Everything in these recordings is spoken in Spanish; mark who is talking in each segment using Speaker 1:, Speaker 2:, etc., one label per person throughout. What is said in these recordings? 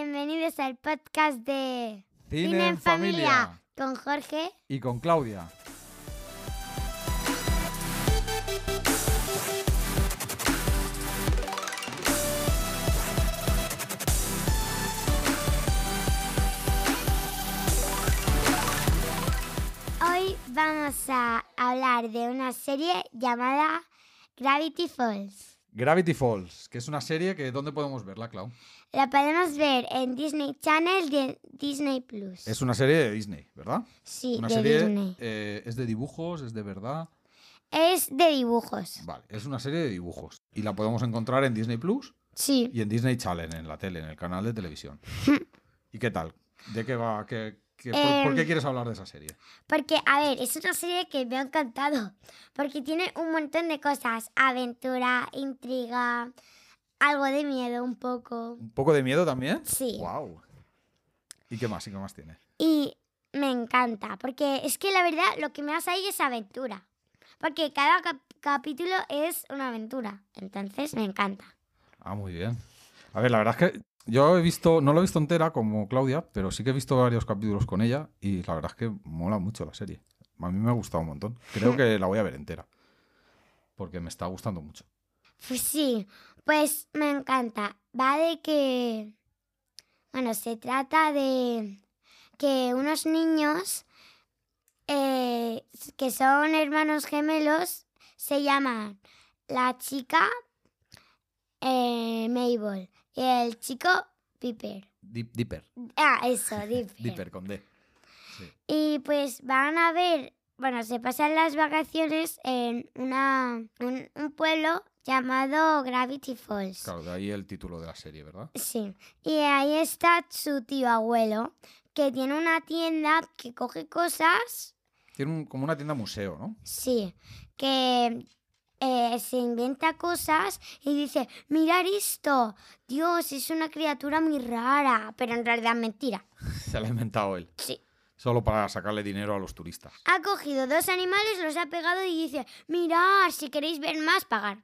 Speaker 1: Bienvenidos al podcast de
Speaker 2: Cine, en familia.
Speaker 1: con Jorge.
Speaker 2: Y con Claudia.
Speaker 1: Hoy vamos a hablar de una serie llamada Gravity Falls.
Speaker 2: Gravity Falls, que es una serie que ¿dónde podemos verla, Clau?
Speaker 1: La podemos ver en Disney Channel y en Disney Plus.
Speaker 2: Es una serie de Disney, ¿verdad?
Speaker 1: sí,
Speaker 2: una
Speaker 1: de
Speaker 2: serie
Speaker 1: Disney.
Speaker 2: eh, es de dibujos, es de verdad.
Speaker 1: Es de dibujos.
Speaker 2: Vale, es una serie de dibujos y la podemos encontrar en Disney Plus
Speaker 1: Sí.
Speaker 2: y en Disney Channel en la tele, en el canal de televisión. ¿Y qué tal? ¿De qué va? ¿Qué, qué- por-
Speaker 1: Eh,
Speaker 2: por, qué quieres hablar de esa serie?
Speaker 1: Porque, a ver, es una serie que me ha encantado. Porque tiene un montón de cosas. Aventura, intriga, algo de miedo un poco.
Speaker 2: ¿Un poco de miedo también?
Speaker 1: Sí.
Speaker 2: Wow. ¿Y qué más? ¿Y qué más tiene?
Speaker 1: Y me encanta. Porque es que la verdad lo que me hace ahí es aventura. Porque cada cap- capítulo es una aventura. Entonces me encanta.
Speaker 2: Ah, muy bien. A ver, la verdad es que yo he visto, no lo he visto entera como Claudia, pero sí que he visto varios capítulos con ella y la verdad es que mola mucho la serie. A mí me ha gustado un montón. Creo que la voy a ver entera. Porque me está gustando mucho.
Speaker 1: Pues sí, pues me encanta. Va de que... Bueno, se trata de que unos niños eh, que son hermanos gemelos se llaman la chica eh, Mabel y el chico Piper.
Speaker 2: Dipper.
Speaker 1: Ah, eso, Dipper.
Speaker 2: Dipper con D.
Speaker 1: Y pues van a ver, bueno, se pasan las vacaciones en una, un, un pueblo llamado Gravity Falls.
Speaker 2: Claro, de ahí el título de la serie, ¿verdad?
Speaker 1: Sí, y ahí está su tío abuelo, que tiene una tienda que coge cosas,
Speaker 2: Tiene un- como una tienda museo, ¿no?
Speaker 1: sí, que eh, se inventa cosas y dice, mirar esto, Dios, es una criatura muy rara, pero en realidad mentira.
Speaker 2: Se la ha inventado él.
Speaker 1: Sí.
Speaker 2: Solo para sacarle dinero a los turistas.
Speaker 1: Ha cogido dos animales, los ha pegado y dice, mirar, si queréis ver más, pagar.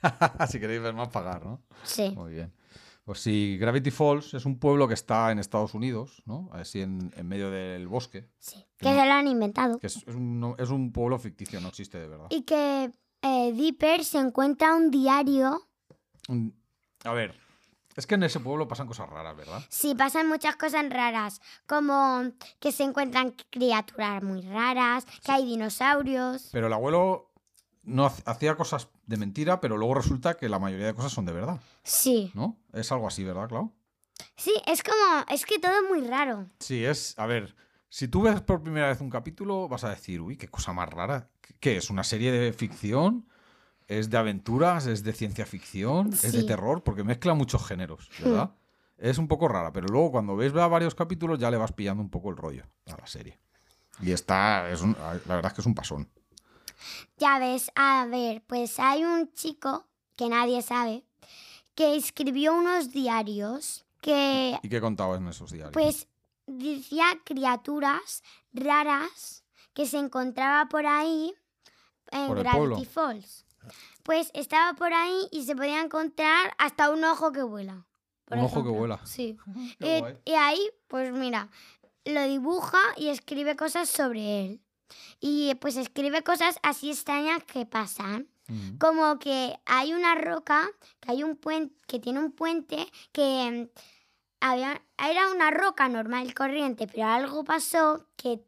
Speaker 2: si queréis ver más, pagar, ¿no?
Speaker 1: Sí,
Speaker 2: Muy bien. Pues sí, Gravity Falls es un pueblo que está en Estados Unidos, ¿no? Así en, en medio del bosque.
Speaker 1: sí, que se lo han inventado.
Speaker 2: Que es, es un, no- es un pueblo ficticio, no existe de verdad.
Speaker 1: Y que eh, Dipper se encuentra un diario
Speaker 2: Un- A ver, es que en ese pueblo pasan cosas raras, ¿verdad?
Speaker 1: Sí, pasan muchas cosas raras, como que se encuentran criaturas muy raras, que hay dinosaurios.
Speaker 2: Pero el abuelo no hac- hacía cosas de mentira, pero luego resulta que la mayoría de cosas son de verdad,
Speaker 1: Sí.
Speaker 2: ¿no? Es algo así, ¿verdad, Clau?
Speaker 1: Sí, es como, es que todo es muy raro.
Speaker 2: Sí, es. A ver, si tú ves por primera vez un capítulo, vas a decir, uy, qué cosa más rara. ¿Qué es? ¿Una serie de ficción? ¿Es de aventuras? ¿Es de ciencia ficción? ¿Es de
Speaker 1: Sí.
Speaker 2: terror? Porque mezcla muchos géneros, ¿verdad? Es un poco rara, pero luego cuando ves a varios capítulos ya le vas pillando un poco el rollo a la serie. Y está, es un- la verdad es que es un pasón.
Speaker 1: Ya ves, a ver, pues hay un chico que nadie sabe que escribió unos diarios que
Speaker 2: ¿Y qué contaba en esos diarios?
Speaker 1: pues decía criaturas raras que se encontraba por ahí en
Speaker 2: Por el
Speaker 1: Gravity
Speaker 2: pueblo.
Speaker 1: Falls. Pues estaba por ahí y se podía encontrar hasta un ojo que vuela. por
Speaker 2: Un ojo que
Speaker 1: ejemplo.
Speaker 2: vuela.
Speaker 1: Sí.
Speaker 2: eh, Qué
Speaker 1: Y-
Speaker 2: guay.
Speaker 1: y ahí, pues mira, lo dibuja y escribe cosas sobre él. Y pues escribe cosas así extrañas que pasan
Speaker 2: Mm.
Speaker 1: como que hay una roca que hay un puente que tiene un puente que mm, había era una roca normal y corriente pero algo pasó que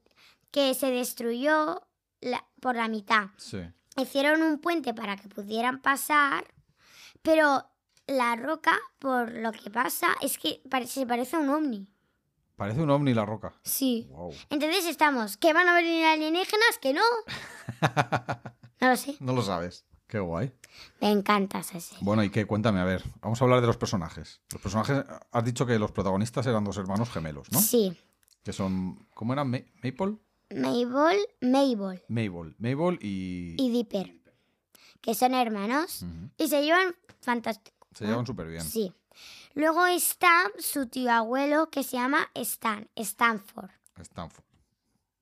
Speaker 1: que se destruyó la- por la mitad
Speaker 2: Sí.
Speaker 1: hicieron un puente para que pudieran pasar pero la roca por lo que pasa es que pare- se parece a un ovni
Speaker 2: Parece un ovni la roca.
Speaker 1: sí
Speaker 2: Wow.
Speaker 1: entonces estamos que van a venir alienígenas que no no lo sé
Speaker 2: No lo sabes. Qué guay.
Speaker 1: me encanta esa serie.
Speaker 2: Bueno, ¿y qué? Cuéntame, a ver. Vamos a hablar de los personajes. Los personajes, has dicho que los protagonistas eran dos hermanos gemelos, ¿no?
Speaker 1: sí
Speaker 2: Que son, ¿cómo eran? Ma- ¿Maple?
Speaker 1: Mabel, Mabel
Speaker 2: Mabel. Mabel y...
Speaker 1: y Dipper, que son hermanos
Speaker 2: Ujú.
Speaker 1: y se llevan fantástico.
Speaker 2: Se llevan súper Mm. bien.
Speaker 1: Sí. Luego está su tío abuelo que se llama Stan, Stanford.
Speaker 2: Stanford.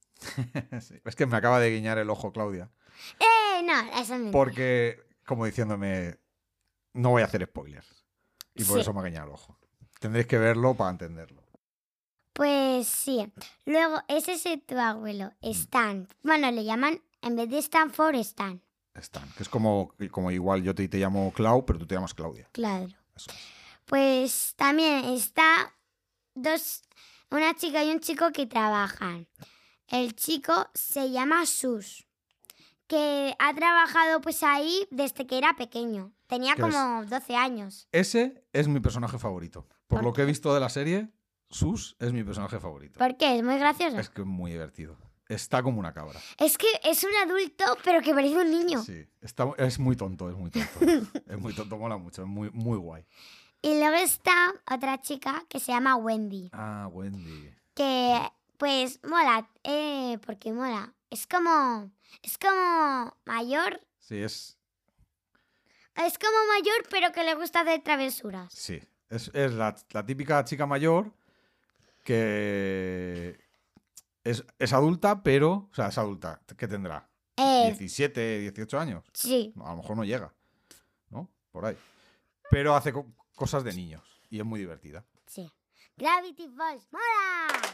Speaker 2: Sí. Es que me acaba de guiñar el ojo, Claudia.
Speaker 1: Eh, no, eso es mentira.
Speaker 2: Porque, como diciéndome, no voy a hacer spoilers. Y por
Speaker 1: Sí.
Speaker 2: eso me ha guiñado el ojo.
Speaker 3: Tendréis que verlo para entenderlo.
Speaker 1: Pues sí. Luego, ese es tu abuelo, Stan. Bueno, le llaman, en vez de Stanford, Stan.
Speaker 2: Están.
Speaker 3: Que es como, como igual yo te, te llamo Clau, pero tú te llamas Claudia.
Speaker 1: Claro.
Speaker 3: Eso es.
Speaker 1: Pues también está dos, una chica y un chico que trabajan. El chico se llama Sus, que ha trabajado pues ahí desde que era pequeño. Tenía
Speaker 2: ¿Qué ves?
Speaker 1: como 12 años.
Speaker 2: Ese es mi personaje favorito. Por
Speaker 1: ¿Por
Speaker 2: lo que he visto de la serie, Sus es mi personaje favorito.
Speaker 1: ¿Por qué? Es muy gracioso.
Speaker 2: Es que es muy divertido. Está como una cabra.
Speaker 1: Es que es un adulto, pero que parece un niño.
Speaker 2: Sí. Está, es muy tonto, es muy tonto. es muy tonto, mola mucho, es muy, muy guay.
Speaker 1: Y luego está otra chica que se llama Wendy,
Speaker 2: Ah, Wendy.
Speaker 1: que pues mola, eh, porque mola. Es como, es como mayor,
Speaker 2: Sí, es.
Speaker 1: es como mayor, pero que le gusta hacer travesuras.
Speaker 2: Sí. Es, es la, la típica chica mayor que. Es, es adulta, pero. O sea, es adulta. ¿Qué tendrá?
Speaker 1: Eh,
Speaker 2: 17, 18 años.
Speaker 1: sí,
Speaker 2: A lo mejor no llega. ¿No? Por ahí. Pero hace co- cosas de niños. Y es muy divertida.
Speaker 1: sí. Gravity Falls, mola.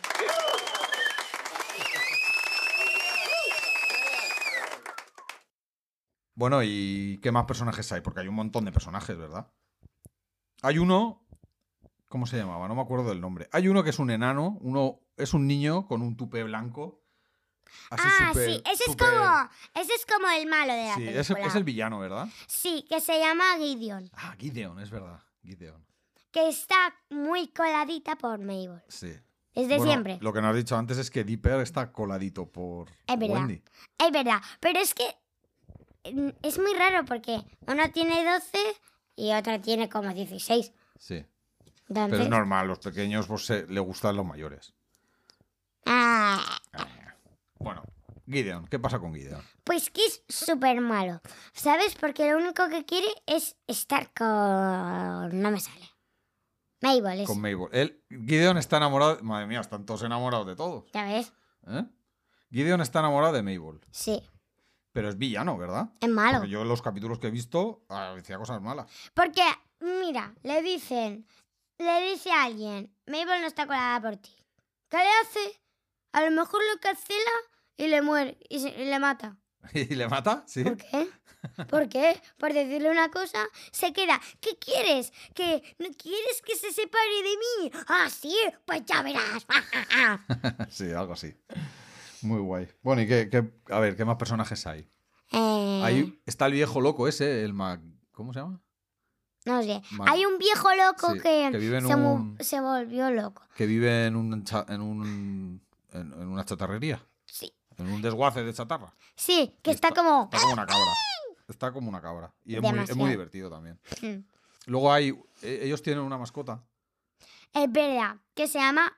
Speaker 2: Bueno, ¿y qué más personajes hay? Porque hay un montón de personajes, ¿verdad? Hay uno. ¿Cómo se llamaba? No me acuerdo del nombre. Hay uno que es un enano, uno es un niño con un tupe blanco. así
Speaker 1: ah,
Speaker 2: súper-
Speaker 1: sí, ese es
Speaker 2: súper-
Speaker 1: como, ese es como el malo de la
Speaker 2: Sí, es,
Speaker 1: película.
Speaker 2: es el villano, ¿verdad?
Speaker 1: Sí, que se llama Gideon,
Speaker 2: Ah, Gideon, es verdad. Gideon.
Speaker 1: que está muy coladita por Mabel,
Speaker 2: Sí.
Speaker 1: desde
Speaker 2: Bueno,
Speaker 1: siempre.
Speaker 2: Lo que nos has dicho antes es que Dipper está coladito por
Speaker 1: Es verdad.
Speaker 2: Wendy.
Speaker 1: Es verdad, pero es que mm, es muy raro porque uno tiene 12 y otra tiene como 16.
Speaker 2: Sí. Pero
Speaker 1: Entonces,
Speaker 2: es normal, los pequeños pues, se- le gustan los mayores.
Speaker 1: ah,
Speaker 2: Bueno, Gideon, ¿qué pasa con Gideon?
Speaker 1: pues que es súper malo. ¿Sabes? Porque lo único que quiere es estar con... No me sale. Mabel, es...
Speaker 2: Con Mabel. Él, Gideon está enamorado. Madre mía, están todos enamorados de todos.
Speaker 1: ¿Ya ves?
Speaker 2: ¿eh? Gideon está enamorado de Mabel.
Speaker 1: Sí,
Speaker 2: Pero es villano, ¿verdad?
Speaker 1: es malo.
Speaker 2: Porque yo en los capítulos que he visto ah, decía cosas malas.
Speaker 1: Porque, mira, le dicen, le dice a alguien, Mabel no está colada por ti. ¿Qué le hace? A lo mejor lo cancela y le muere, y, se- y le mata.
Speaker 2: ¿Y le mata? Sí.
Speaker 1: ¿Por qué? ¿Por qué? Por decirle una cosa, se queda. ¿Qué quieres? ¿Que no quieres que se separe de mí? Ah, sí, pues ya verás.
Speaker 2: sí, algo así. Muy guay. Bueno, ¿y qué, qué- a ver, qué más personajes hay?
Speaker 1: Eh,
Speaker 2: Ahí está el viejo loco ese, el Mac. ¿Cómo se llama?
Speaker 1: No sé.
Speaker 2: Ma-
Speaker 1: Hay un viejo loco
Speaker 2: Sí,
Speaker 1: que,
Speaker 2: que vive en
Speaker 1: se, mu-
Speaker 2: un-
Speaker 1: se volvió loco.
Speaker 2: Que vive en, un cha- en, un, en, en una chatarrería.
Speaker 1: Sí,
Speaker 2: En un desguace de chatarra.
Speaker 1: sí que
Speaker 2: Y
Speaker 1: está, como...
Speaker 2: Está como una cabra. Está como una cabra. Y es, muy, es muy
Speaker 1: Demasiado.
Speaker 2: divertido también.
Speaker 1: mm,
Speaker 2: Luego hay. e- Ellos tienen una mascota.
Speaker 1: Es verdad, que se llama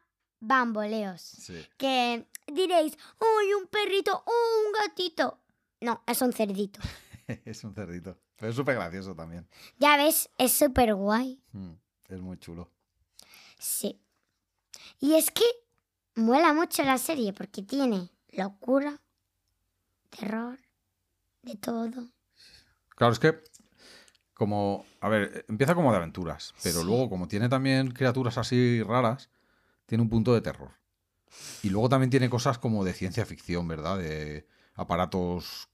Speaker 1: Bamboleos.
Speaker 2: Sí.
Speaker 1: Que diréis, ¡Uy, un perrito! ¡Oh, un gatito! No, es un cerdito.
Speaker 2: es un cerdito. Pero es súper gracioso también.
Speaker 1: Ya ves, es súper guay.
Speaker 2: Mm, Es muy chulo.
Speaker 1: Sí. Y es que mola mucho la serie porque tiene locura, terror, de todo.
Speaker 2: Claro, es que. Como. A ver, eh, empieza como de aventuras. Pero
Speaker 1: Sí.
Speaker 2: luego, como tiene también criaturas así raras, tiene un punto de terror. Y luego también tiene cosas como de ciencia ficción, ¿verdad? De aparatos.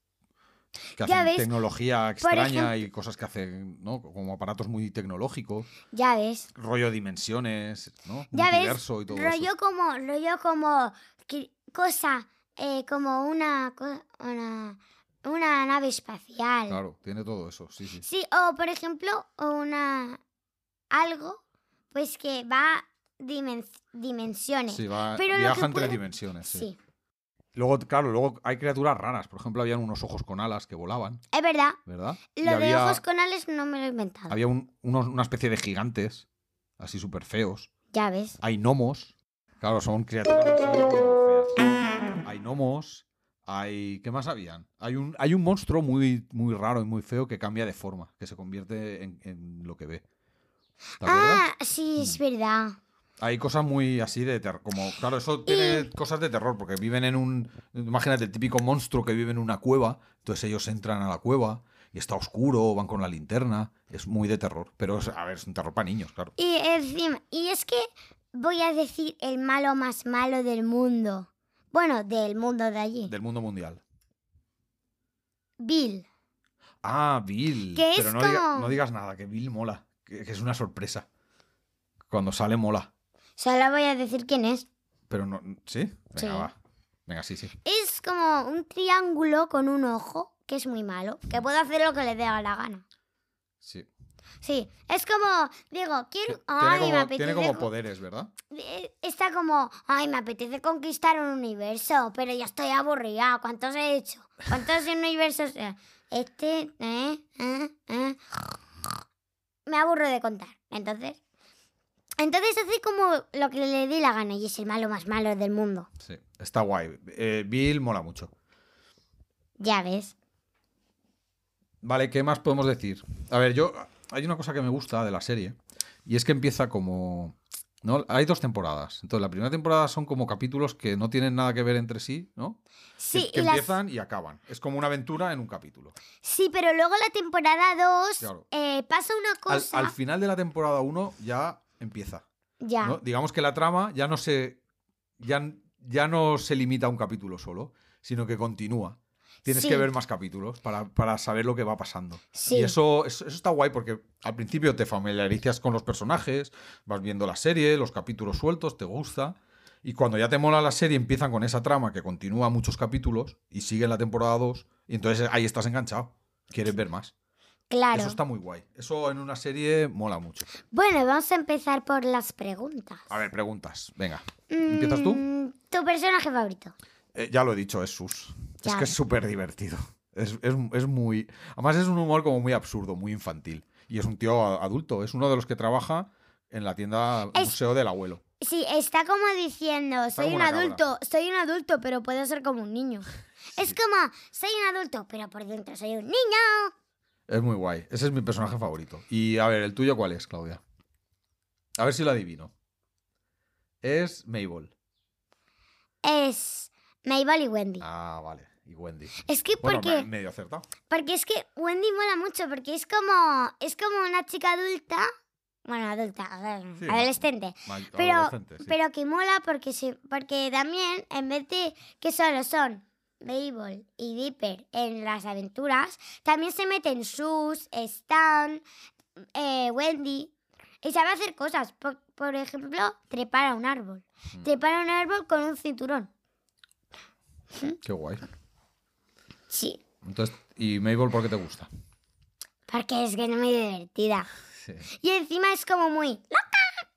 Speaker 2: Que
Speaker 1: Ya
Speaker 2: hacen
Speaker 1: ves,
Speaker 2: tecnología extraña
Speaker 1: ejemplo-
Speaker 2: y cosas que hacen, ¿no? Como aparatos muy tecnológicos.
Speaker 1: Ya ves.
Speaker 2: rollo dimensiones, ¿no?
Speaker 1: Ya ves,
Speaker 2: Multiverso y todo
Speaker 1: rollo
Speaker 2: eso.
Speaker 1: como, rollo como que- cosa, eh, como una, co- una, una nave espacial.
Speaker 2: Claro, tiene todo eso, sí, sí.
Speaker 1: Sí, o por ejemplo, o una algo pues que va dimen- dimensiones.
Speaker 2: Sí, va,
Speaker 1: Pero lo
Speaker 2: viaja
Speaker 1: que
Speaker 2: entre
Speaker 1: puede-
Speaker 2: dimensiones. Sí.
Speaker 1: Sí,
Speaker 2: Luego, claro, luego hay criaturas raras. Por ejemplo, habían unos ojos con alas que volaban,
Speaker 1: es verdad.
Speaker 2: ¿verdad? y
Speaker 1: Lo de
Speaker 2: había,
Speaker 1: ojos conales no me lo he inventado.
Speaker 2: había un- unos- una especie de gigantes, así súper feos.
Speaker 1: Ya ves.
Speaker 2: Hay gnomos. Claro, son criaturas así como feas. Hay gnomos. Hay. ¿Qué más habían? Hay un, hay un monstruo muy, muy raro y muy feo que cambia de forma, que se convierte en, en lo que ve. ¿Te acuerdas? Mm.
Speaker 1: Ah, sí, es verdad.
Speaker 2: Hay cosas muy así de terror. Como, claro, eso tiene cosas de terror, porque viven en un. Imagínate, el típico monstruo que vive en una cueva. Entonces ellos entran a la cueva y está oscuro, van con la linterna. Es muy de terror, pero es, a ver, es un terror para niños, claro.
Speaker 1: Y encima, y es que voy a decir el malo más malo del mundo. Bueno, del mundo de allí.
Speaker 2: Del mundo mundial.
Speaker 1: Bill.
Speaker 2: Ah, Bill.
Speaker 1: Que
Speaker 2: pero
Speaker 1: es
Speaker 2: no, diga-
Speaker 1: como-
Speaker 2: no digas nada, que Bill mola. Que, que es una sorpresa. Cuando sale, mola.
Speaker 1: Solo voy a decir quién es.
Speaker 2: Pero no. ¿Sí? Venga,
Speaker 1: Sí.
Speaker 2: va. Venga, sí, sí.
Speaker 1: Es como un triángulo con un ojo, que es muy malo, que puede hacer lo que le dé la gana.
Speaker 2: sí.
Speaker 1: Sí, es como, digo, quiero...
Speaker 2: tiene
Speaker 1: Ay, me
Speaker 2: como,
Speaker 1: apetece...
Speaker 2: tiene como
Speaker 1: co-
Speaker 2: poderes, ¿verdad?
Speaker 1: eh, Está como, ay, me apetece conquistar un universo, pero ya estoy aburrida. ¿Cuántos he hecho? ¿Cuántos universos? eh? Este, eh, eh, eh. Me aburro de contar. Entonces, entonces hace como lo que le dé la gana y es el malo más malo del mundo.
Speaker 2: Sí. Está guay. Eh, Bill mola mucho.
Speaker 1: Ya ves.
Speaker 2: Vale, ¿qué más podemos decir? A ver, yo. Hay una cosa que me gusta de la serie. Y es que empieza como. ¿no? Hay dos temporadas. Entonces, la primera temporada son como capítulos que no tienen nada que ver entre sí, ¿no? Que-
Speaker 1: Sí,
Speaker 2: que
Speaker 1: y las-
Speaker 2: empiezan y acaban. Es como una aventura en un capítulo.
Speaker 1: sí pero luego la temporada 2
Speaker 2: Claro.
Speaker 1: pasa una
Speaker 2: Al,
Speaker 1: cosa.
Speaker 2: al final de la temporada 1 ya empieza.
Speaker 1: ya.
Speaker 2: ¿no? Digamos que la trama ya no se. Ya, n- ya no se limita a un capítulo solo, sino que continúa. Tienes
Speaker 1: Sí.
Speaker 2: que ver más capítulos para, para saber lo que va pasando.
Speaker 1: Sí.
Speaker 2: Y eso, eso, eso está guay porque al principio te familiarizas con los personajes, vas viendo la serie, los capítulos sueltos, te gusta. Y cuando ya te mola la serie, empiezan con esa trama que continúa muchos capítulos y sigue en la temporada 2. Y entonces ahí estás enganchado. Quieres ver más.
Speaker 1: claro.
Speaker 2: Eso está muy guay. Eso en una serie mola mucho.
Speaker 1: Bueno, vamos a empezar por las preguntas.
Speaker 2: A ver, preguntas. Venga. ¿Empiezas tú?
Speaker 1: Mm, Tu personaje favorito.
Speaker 2: Eh, ya lo he dicho, es sus. Es
Speaker 1: Ya.
Speaker 2: que es súper divertido. Es, es- es muy. Además, es un humor como muy absurdo, muy infantil. Y es un tío a- adulto. Es uno de los que trabaja en la tienda
Speaker 1: Es-
Speaker 2: Museo del Abuelo.
Speaker 1: Sí, está como diciendo, soy
Speaker 2: como
Speaker 1: un
Speaker 2: una cabra.
Speaker 1: adulto, soy un adulto, pero puedo ser como un niño. Es como, soy un adulto, pero por dentro soy un niño.
Speaker 2: Es muy guay. Ese es mi personaje favorito. Y a ver, ¿el tuyo cuál es, Claudia? A ver si lo adivino. Es Mabel.
Speaker 1: Es Mabel y Wendy.
Speaker 2: Ah, vale. Y Wendy.
Speaker 1: Es que
Speaker 2: Bueno,
Speaker 1: porque,
Speaker 2: me- medio acertado.
Speaker 1: porque es que Wendy mola mucho, porque es como, es como una chica adulta, bueno, adulta,
Speaker 2: Sí.
Speaker 1: adolescente,
Speaker 2: Mal-
Speaker 1: Pero,
Speaker 2: adolescente, sí.
Speaker 1: pero que mola porque, se- porque también, en vez de que solo son Mabel y Dipper en las aventuras, también se meten Sus, Stan, eh, Wendy. Y sabe hacer cosas. Por, por ejemplo, trepar a un árbol.
Speaker 2: Mm.
Speaker 1: Trepar a un árbol con un cinturón.
Speaker 2: Qué guay.
Speaker 1: Sí,
Speaker 2: Entonces, ¿y Mabel por qué te gusta?
Speaker 1: porque es que es muy divertida.
Speaker 2: Sí.
Speaker 1: Y encima es como muy...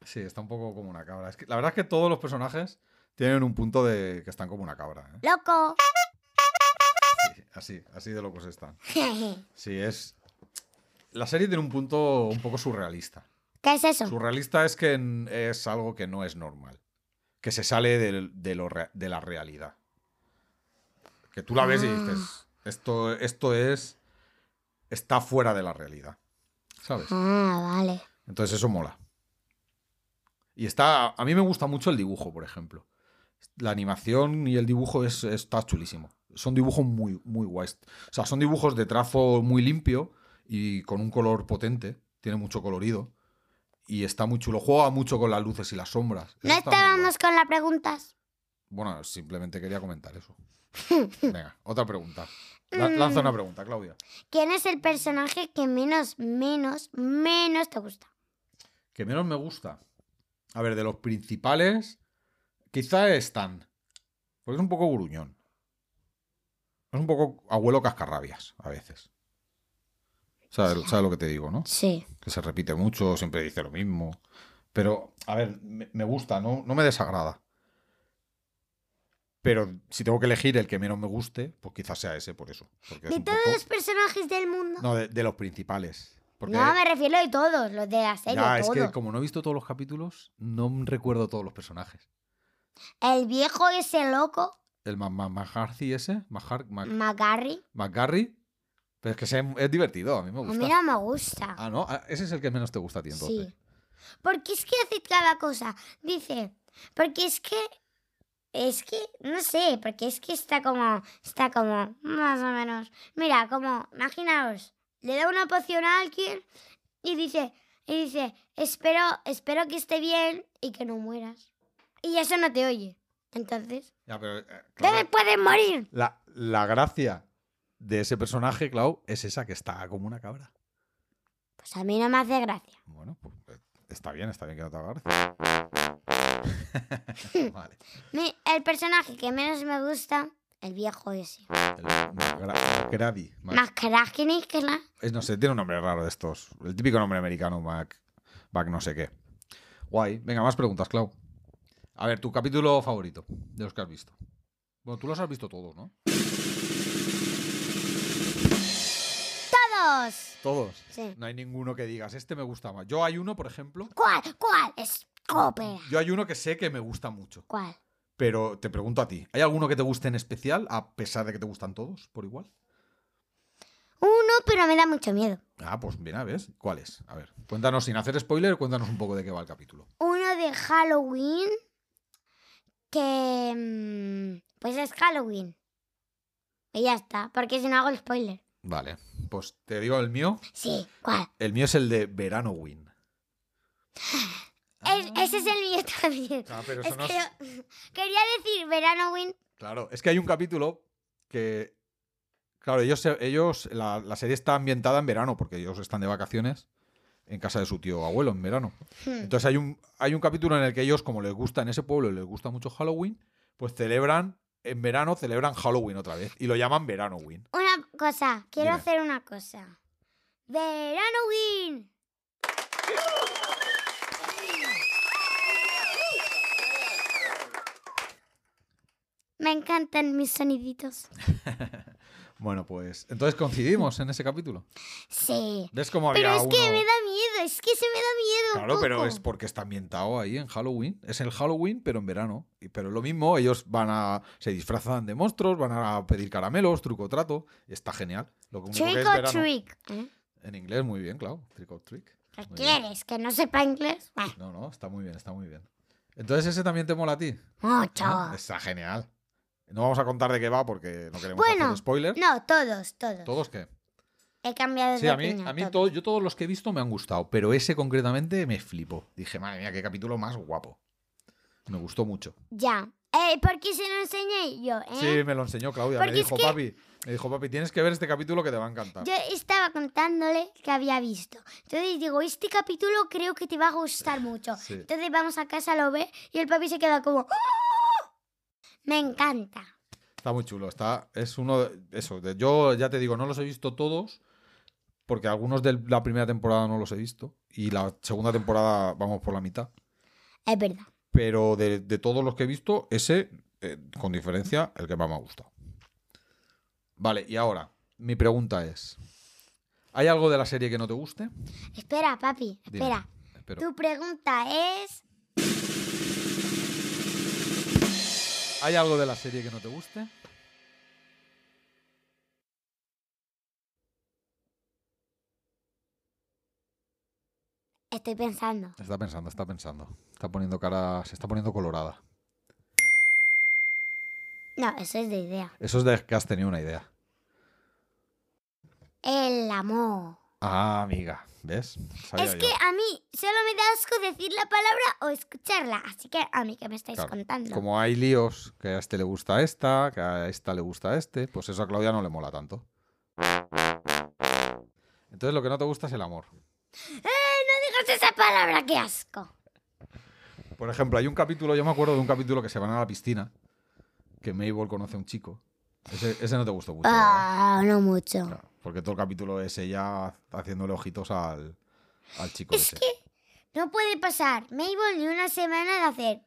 Speaker 2: Sí, está un poco como una cabra. Es que, la verdad es que todos los personajes tienen un punto de que están como una cabra. ¿eh?
Speaker 1: ¡Loco!
Speaker 2: Sí, así, así de locos están. Sí, es. La serie tiene un punto un poco surrealista.
Speaker 1: ¿Qué es eso?
Speaker 2: Surrealista es que n- es algo que no es normal. Que se sale del- de, lo rea- de la realidad. Que tú la ves y dices, esto, esto es. está fuera de la realidad. ¿Sabes?
Speaker 1: Ah, vale.
Speaker 2: Entonces eso mola. Y está. A mí me gusta mucho el dibujo, por ejemplo. La animación y el dibujo es, está chulísimo. Son dibujos muy, muy guays. O sea, son dibujos de trazo muy limpio y con un color potente. Tiene mucho colorido. Y está muy chulo. Juega mucho con las luces y las sombras. Eso
Speaker 1: ¿No
Speaker 2: está muy guay.
Speaker 1: estábamos con las preguntas?
Speaker 2: Bueno, simplemente quería comentar eso. Venga, otra pregunta. La- lanza una pregunta, Claudia.
Speaker 1: ¿Quién es el personaje que menos, menos, menos te gusta?
Speaker 2: que menos me gusta. A ver, de los principales, quizá es Stan. Porque es un poco gruñón. Es un poco abuelo cascarrabias, a veces. ¿Sabes, sabes lo que te digo, no?
Speaker 1: Sí.
Speaker 2: Que se repite mucho, siempre dice lo mismo. Pero, a ver, me, me gusta, no, no me desagrada. Pero si tengo que elegir el que menos me guste, pues quizás sea ese, por eso. Porque es
Speaker 1: ¿De
Speaker 2: un
Speaker 1: todos
Speaker 2: poco-
Speaker 1: los personajes del mundo?
Speaker 2: No, de, de los principales. Porque
Speaker 1: No, me refiero de todos, los de la serie,
Speaker 2: ya, es
Speaker 1: todos.
Speaker 2: que como no he visto todos los capítulos, no m- recuerdo todos los personajes.
Speaker 1: El viejo ese loco,
Speaker 2: El Ma- Ma- McCarthy ese, Mahar-
Speaker 1: Mm.
Speaker 2: Ma-
Speaker 1: McGarry,
Speaker 2: McGarry, pero es que ese es divertido, a mí me
Speaker 1: a
Speaker 2: gusta.
Speaker 1: mí no me gusta.
Speaker 2: Ah, no, ah, ese es el que menos te gusta a ti entonces.
Speaker 1: sí. Porque es que hace cada cosa. Dice, porque es que... Es que, no sé, porque es que está como, está como, más o menos. Mira, como, imaginaos, le da una poción a alguien y dice, y dice, espero, espero que esté bien y que no mueras. Y eso no te oye. Entonces,
Speaker 2: Ya, pero, eh,
Speaker 1: te
Speaker 2: claro,
Speaker 1: puedes morir.
Speaker 2: la, la gracia de ese personaje, Clau, es esa que está como una cabra.
Speaker 1: Pues a mí no me hace gracia.
Speaker 2: Bueno, pues eh, está bien, está bien que no te haga gracia. vale.
Speaker 1: Mi- el personaje que menos me gusta, el viejo ese.
Speaker 2: El Gra- Grady, Mac.
Speaker 1: Mascarágenis, que la...
Speaker 2: Es, no sé, tiene un nombre raro de estos. El típico nombre americano, Mac. Mac no sé qué. Guay. Venga, más preguntas, Clau. A ver, tu capítulo favorito de los que has visto. Bueno, tú los has visto todos, ¿no?
Speaker 1: ¡Todos!
Speaker 2: Todos.
Speaker 1: Sí.
Speaker 2: No hay ninguno que digas, este me gusta más. Yo hay uno, por ejemplo.
Speaker 1: ¿Cuál? ¿Cuál? Es copera.
Speaker 2: Yo hay uno que sé que me gusta mucho.
Speaker 1: ¿Cuál?
Speaker 2: Pero te pregunto a ti, ¿hay alguno que te guste en especial, a pesar de que te gustan todos, por igual?
Speaker 1: Uno, pero me da mucho miedo.
Speaker 2: Ah, pues mira, ¿ves? ¿Cuál es? A ver, cuéntanos sin hacer spoiler, cuéntanos un poco de qué va el capítulo.
Speaker 1: Uno de Halloween, que... mm, Pues es Halloween. Y ya está, porque si no hago el spoiler.
Speaker 2: Vale, pues te digo el mío.
Speaker 1: Sí, ¿cuál?
Speaker 2: El mío es el de Verano Win.
Speaker 1: Es- ese es el mío también.
Speaker 2: Ah, pero
Speaker 1: Es
Speaker 2: eso no
Speaker 1: que
Speaker 2: es-
Speaker 1: yo- quería decir verano win.
Speaker 2: Claro, es que hay un capítulo que. Claro, ellos, se- ellos la, la serie está ambientada en verano, porque ellos están de vacaciones en casa de su tío abuelo en verano.
Speaker 1: Hmm.
Speaker 2: Entonces hay un, hay un capítulo en el que ellos, como les gusta en ese pueblo, les gusta mucho Halloween, pues celebran, en verano celebran Halloween otra vez y lo llaman Verano Win.
Speaker 1: Una cosa, quiero
Speaker 2: Dime.
Speaker 1: hacer una cosa. Verano win. Me encantan mis soniditos.
Speaker 2: Bueno, pues entonces coincidimos en ese capítulo.
Speaker 1: Sí.
Speaker 2: ¿Ves cómo había
Speaker 1: Pero es que
Speaker 2: uno-
Speaker 1: me da miedo, es que se me da miedo. un
Speaker 2: Claro, pero
Speaker 1: poco.
Speaker 2: es porque está ambientado ahí en Halloween. Es el Halloween, pero en verano. Y, pero es lo mismo, ellos van a. se disfrazan de monstruos, van a pedir caramelos, truco o trato. y está genial. Lo único que
Speaker 1: Trick
Speaker 2: es
Speaker 1: or
Speaker 2: verano.
Speaker 1: trick. ¿eh?
Speaker 2: En inglés, muy bien, claro. Trick or trick.
Speaker 1: ¿Qué
Speaker 2: Muy bien.
Speaker 1: quieres? ¿Que no sepa inglés? Bueno,
Speaker 2: No, no, está muy bien, está muy bien. Entonces, ese también te mola a ti.
Speaker 1: mucho.
Speaker 2: Ah, Está genial. No vamos a contar de qué va porque no queremos
Speaker 1: Bueno,
Speaker 2: hacer spoiler.
Speaker 1: No, todos, todos.
Speaker 2: ¿Todos qué?
Speaker 1: He cambiado
Speaker 2: Sí,
Speaker 1: de
Speaker 2: a mí,
Speaker 1: opinión,
Speaker 2: a mí
Speaker 1: todos.
Speaker 2: todo- yo todos los que he visto me han gustado, pero ese concretamente me flipó. Dije, madre mía, qué capítulo más guapo. Me gustó mucho.
Speaker 1: Ya. Eh, ¿Por qué se lo enseñé yo?
Speaker 2: Sí,
Speaker 1: eh?
Speaker 2: me lo enseñó Claudia. Me
Speaker 1: Porque es
Speaker 2: dijo,
Speaker 1: que-
Speaker 2: papi, me dijo, papi, tienes que ver este capítulo que te va a encantar.
Speaker 1: Yo estaba contándole que había visto. Entonces digo, este capítulo creo que te va a gustar mucho.
Speaker 2: Sí.
Speaker 1: Entonces vamos a casa, lo ve y el papi se queda como... "¡Ah!". Me encanta.
Speaker 2: Está muy chulo. Está, es uno de eso. de- yo ya te digo, no los he visto todos, porque algunos de la primera temporada no los he visto. Y la segunda temporada vamos por la mitad.
Speaker 1: Es verdad.
Speaker 2: Pero de, de todos los que he visto, ese, eh, con diferencia, el que más me ha gustado. Vale, y ahora, mi pregunta es: ¿hay algo de la serie que no te guste?
Speaker 1: Espera, papi,
Speaker 2: Dime.
Speaker 1: espera.
Speaker 2: Espero.
Speaker 1: Tu pregunta es...
Speaker 2: ¿Hay algo de la serie que no te guste?
Speaker 1: Estoy pensando.
Speaker 2: Está pensando, está pensando. Está poniendo cara. Se está poniendo colorada.
Speaker 1: No, eso es de idea.
Speaker 2: Eso es de que has tenido una idea.
Speaker 1: El amor.
Speaker 2: Ah, amiga. ¿Ves? Sabía
Speaker 1: es
Speaker 2: yo.
Speaker 1: que a mí solo me da asco decir la palabra o escucharla. Así que a mí que me estáis
Speaker 2: Claro,
Speaker 1: contando.
Speaker 2: Como hay líos, que a este le gusta esta, que a esta le gusta este, pues eso a Claudia no le mola tanto. Entonces lo que no te gusta es el amor.
Speaker 1: ¡Eh, no digas esa palabra! ¡Qué asco!
Speaker 2: Por ejemplo, hay un capítulo, yo me acuerdo de un capítulo que se van a la piscina, que Mabel conoce a un chico. Ese, ese no te gustó mucho. ¿verdad?
Speaker 1: Ah, no mucho.
Speaker 2: Claro, porque todo el capítulo es ella haciéndole ojitos al, al chico
Speaker 1: Es
Speaker 2: ese.
Speaker 1: que no puede pasar, Mabel, ni una semana de hacer.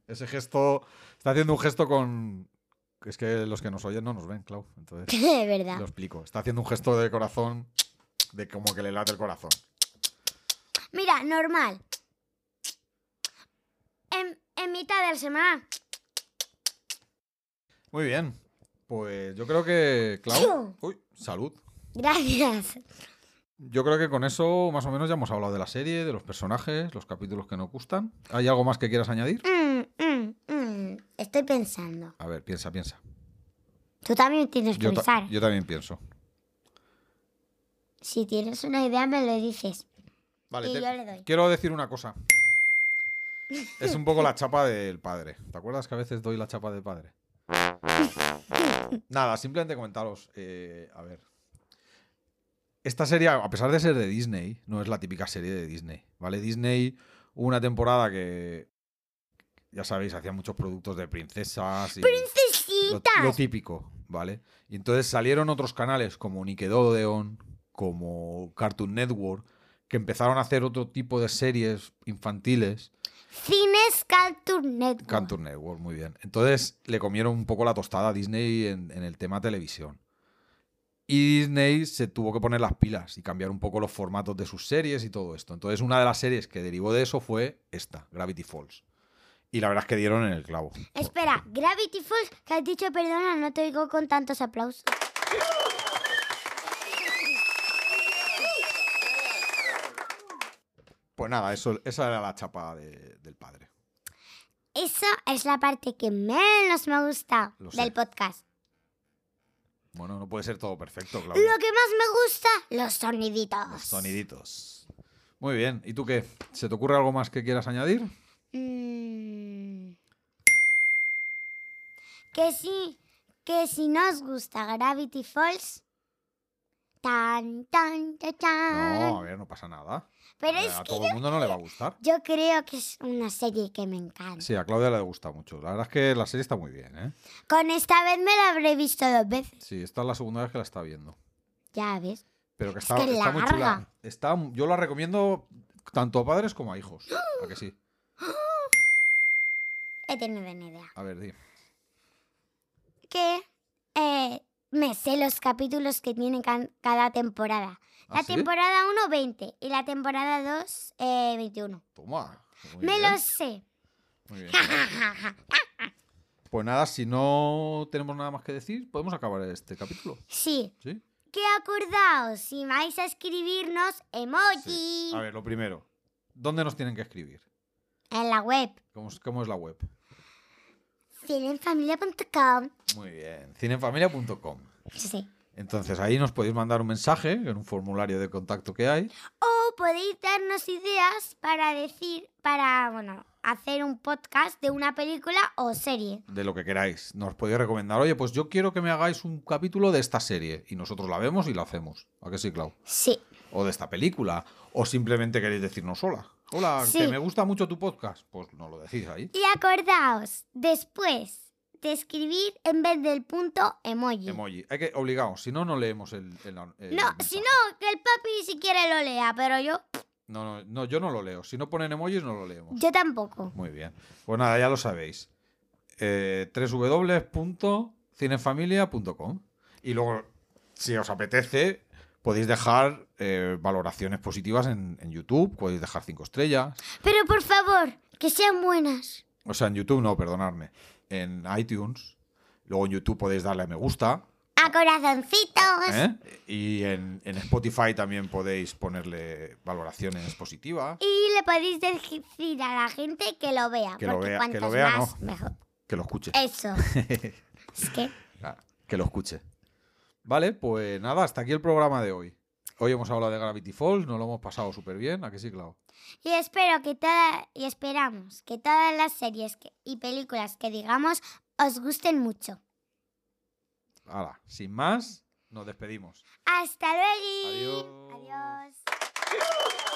Speaker 2: Ese gesto. Está haciendo un gesto con. Es que los que nos oyen no nos ven, Clau. Entonces,
Speaker 1: De
Speaker 2: lo
Speaker 1: verdad.
Speaker 2: explico. Está haciendo un gesto de corazón, de como que le late el corazón.
Speaker 1: Mira, normal. En, en mitad de la semana.
Speaker 2: Muy bien. Pues yo creo que, Clau. Uy, salud.
Speaker 1: Gracias.
Speaker 2: Yo creo que con eso más o menos ya hemos hablado de la serie, de los personajes, los capítulos que nos gustan. ¿Hay algo más que quieras añadir?
Speaker 1: Mm, mm, mm. Estoy pensando.
Speaker 2: A ver, piensa, piensa.
Speaker 1: Tú también tienes que
Speaker 3: Yo, ta-
Speaker 1: pensar.
Speaker 3: yo también pienso.
Speaker 1: Si tienes una idea, me lo dices.
Speaker 3: Vale,
Speaker 1: Y
Speaker 3: te-
Speaker 1: yo le doy.
Speaker 3: quiero decir una cosa. Es un poco la chapa del padre.
Speaker 2: ¿Te acuerdas que a veces doy la chapa de padre? Nada, simplemente comentaros. eh, a ver. Esta serie, a pesar de ser de Disney, no es la típica serie de Disney. ¿Vale? Disney, hubo una temporada que. Ya sabéis, hacía muchos productos de princesas. Y lo,
Speaker 1: ¡Princesitas!
Speaker 2: lo típico, ¿vale? Y entonces salieron otros canales como Nickelodeon, como Cartoon Network, que empezaron a hacer otro tipo de series infantiles.
Speaker 1: Cines Cartoon Network.
Speaker 2: Cartoon Network, muy bien. Entonces le comieron un poco la tostada a Disney en, en el tema televisión. Y Disney se tuvo que poner las pilas y cambiar un poco los formatos de sus series y todo esto. Entonces una de las series que derivó de eso fue esta, Gravity Falls. Y la verdad es que dieron en el clavo.
Speaker 1: Espera, Gravity Falls, que has dicho perdona, no te oigo con tantos aplausos.
Speaker 3: Pues nada, eso, esa era la chapa de- del padre.
Speaker 1: Esa es la parte que menos me ha gustado
Speaker 2: Lo sé.
Speaker 1: del podcast.
Speaker 2: Bueno, no puede ser todo perfecto, claro.
Speaker 1: Lo que más me gusta, los soniditos.
Speaker 2: Los soniditos. Muy bien. ¿Y tú qué? ¿Se te ocurre algo más que quieras añadir?
Speaker 1: Mm. Que sí, que si nos gusta Gravity Falls. Tan, tan, tan, tan.
Speaker 2: No, a ver, no pasa nada.
Speaker 1: Pero
Speaker 2: a, ver,
Speaker 1: es
Speaker 2: a
Speaker 1: Ah. que
Speaker 2: todo el mundo no le va a gustar.
Speaker 1: yo creo que es una serie que me encanta.
Speaker 2: Sí, a Claudia le gusta mucho. La verdad es que la serie está muy bien, ¿eh?
Speaker 1: Con esta vez me la habré visto dos veces.
Speaker 2: Sí, esta es la segunda vez que la está viendo.
Speaker 1: Ya ves.
Speaker 2: Pero que está,
Speaker 1: que
Speaker 2: está muy chula.
Speaker 1: larga.
Speaker 2: Está, yo la recomiendo tanto a padres como a hijos. ¿A que sí?
Speaker 1: He tenido una idea.
Speaker 2: A ver, di.
Speaker 1: Que eh, me sé los capítulos que tiene can- cada temporada. La
Speaker 2: ¿Ah, sí?
Speaker 1: temporada 1, 20. Y la temporada 2, eh, 21.
Speaker 2: Toma. Muy
Speaker 1: me
Speaker 2: bien,
Speaker 1: los sé.
Speaker 2: muy bien. Pues nada, si no tenemos nada más que decir, podemos acabar este capítulo.
Speaker 1: Sí.
Speaker 2: ¿Sí?
Speaker 1: Que acordaos, si vais a escribirnos emoji
Speaker 2: Sí. A ver, lo primero. ¿Dónde nos tienen que escribir?
Speaker 1: en la web
Speaker 2: ¿Cómo, es- cómo es la web?
Speaker 1: cinerenfamilia.com.
Speaker 2: Muy bien. Cinefamilia.com.
Speaker 1: Sí.
Speaker 2: Entonces ahí nos podéis mandar un mensaje en un formulario de contacto que hay.
Speaker 1: O podéis darnos ideas para decir, para, bueno, hacer un podcast de una película o serie.
Speaker 2: de lo que queráis. Nos podéis recomendar, oye, pues yo quiero que me hagáis un capítulo de esta serie. Y nosotros la vemos y la hacemos. ¿A que sí, Clau?
Speaker 1: Sí.
Speaker 2: O de esta película. O simplemente queréis decirnos hola. Hola,
Speaker 1: Sí.
Speaker 2: que me gusta mucho tu podcast. Pues nos lo decís ahí.
Speaker 1: Y acordaos, después de escribir en vez del punto emoji.
Speaker 2: Emoji. Hay que, obligaos, si no, no leemos el. el- el
Speaker 1: no,
Speaker 2: mensaje.
Speaker 1: si no, que el papi si quiere lo lea, pero yo,
Speaker 2: no. No, no, yo no lo leo. Si no ponen emojis, no lo leemos.
Speaker 1: yo tampoco.
Speaker 2: Muy bien. Pues nada, ya lo sabéis. Eh, www.cinefamilia.com
Speaker 3: Y luego, si os apetece, podéis dejar eh, valoraciones positivas en, en YouTube, podéis dejar cinco estrellas.
Speaker 1: Pero por favor, que sean buenas.
Speaker 3: O sea, en YouTube no, perdonadme. En iTunes. Luego en YouTube podéis darle a me gusta.
Speaker 1: A corazoncitos.
Speaker 3: Ah. ¿eh? Y en, en Spotify también podéis ponerle valoraciones positivas.
Speaker 1: Y le podéis decir a la gente que lo vea.
Speaker 3: Que lo
Speaker 1: porque
Speaker 3: vea- que
Speaker 1: cuantas
Speaker 3: lo vea,
Speaker 1: más,
Speaker 3: no.
Speaker 1: mejor.
Speaker 3: Que lo escuche.
Speaker 1: Eso. es que
Speaker 3: Claro, que lo escuche.
Speaker 2: Vale, pues nada, hasta aquí el programa de hoy. Hoy hemos hablado de Gravity Falls, nos lo hemos pasado súper bien, ¿a que sí, Clau?
Speaker 1: Y espero que toda, y esperamos que todas las series que- y películas que digamos os gusten mucho.
Speaker 2: Hala, sin más, nos despedimos.
Speaker 1: Hasta luego.
Speaker 2: Adiós.
Speaker 1: Adiós.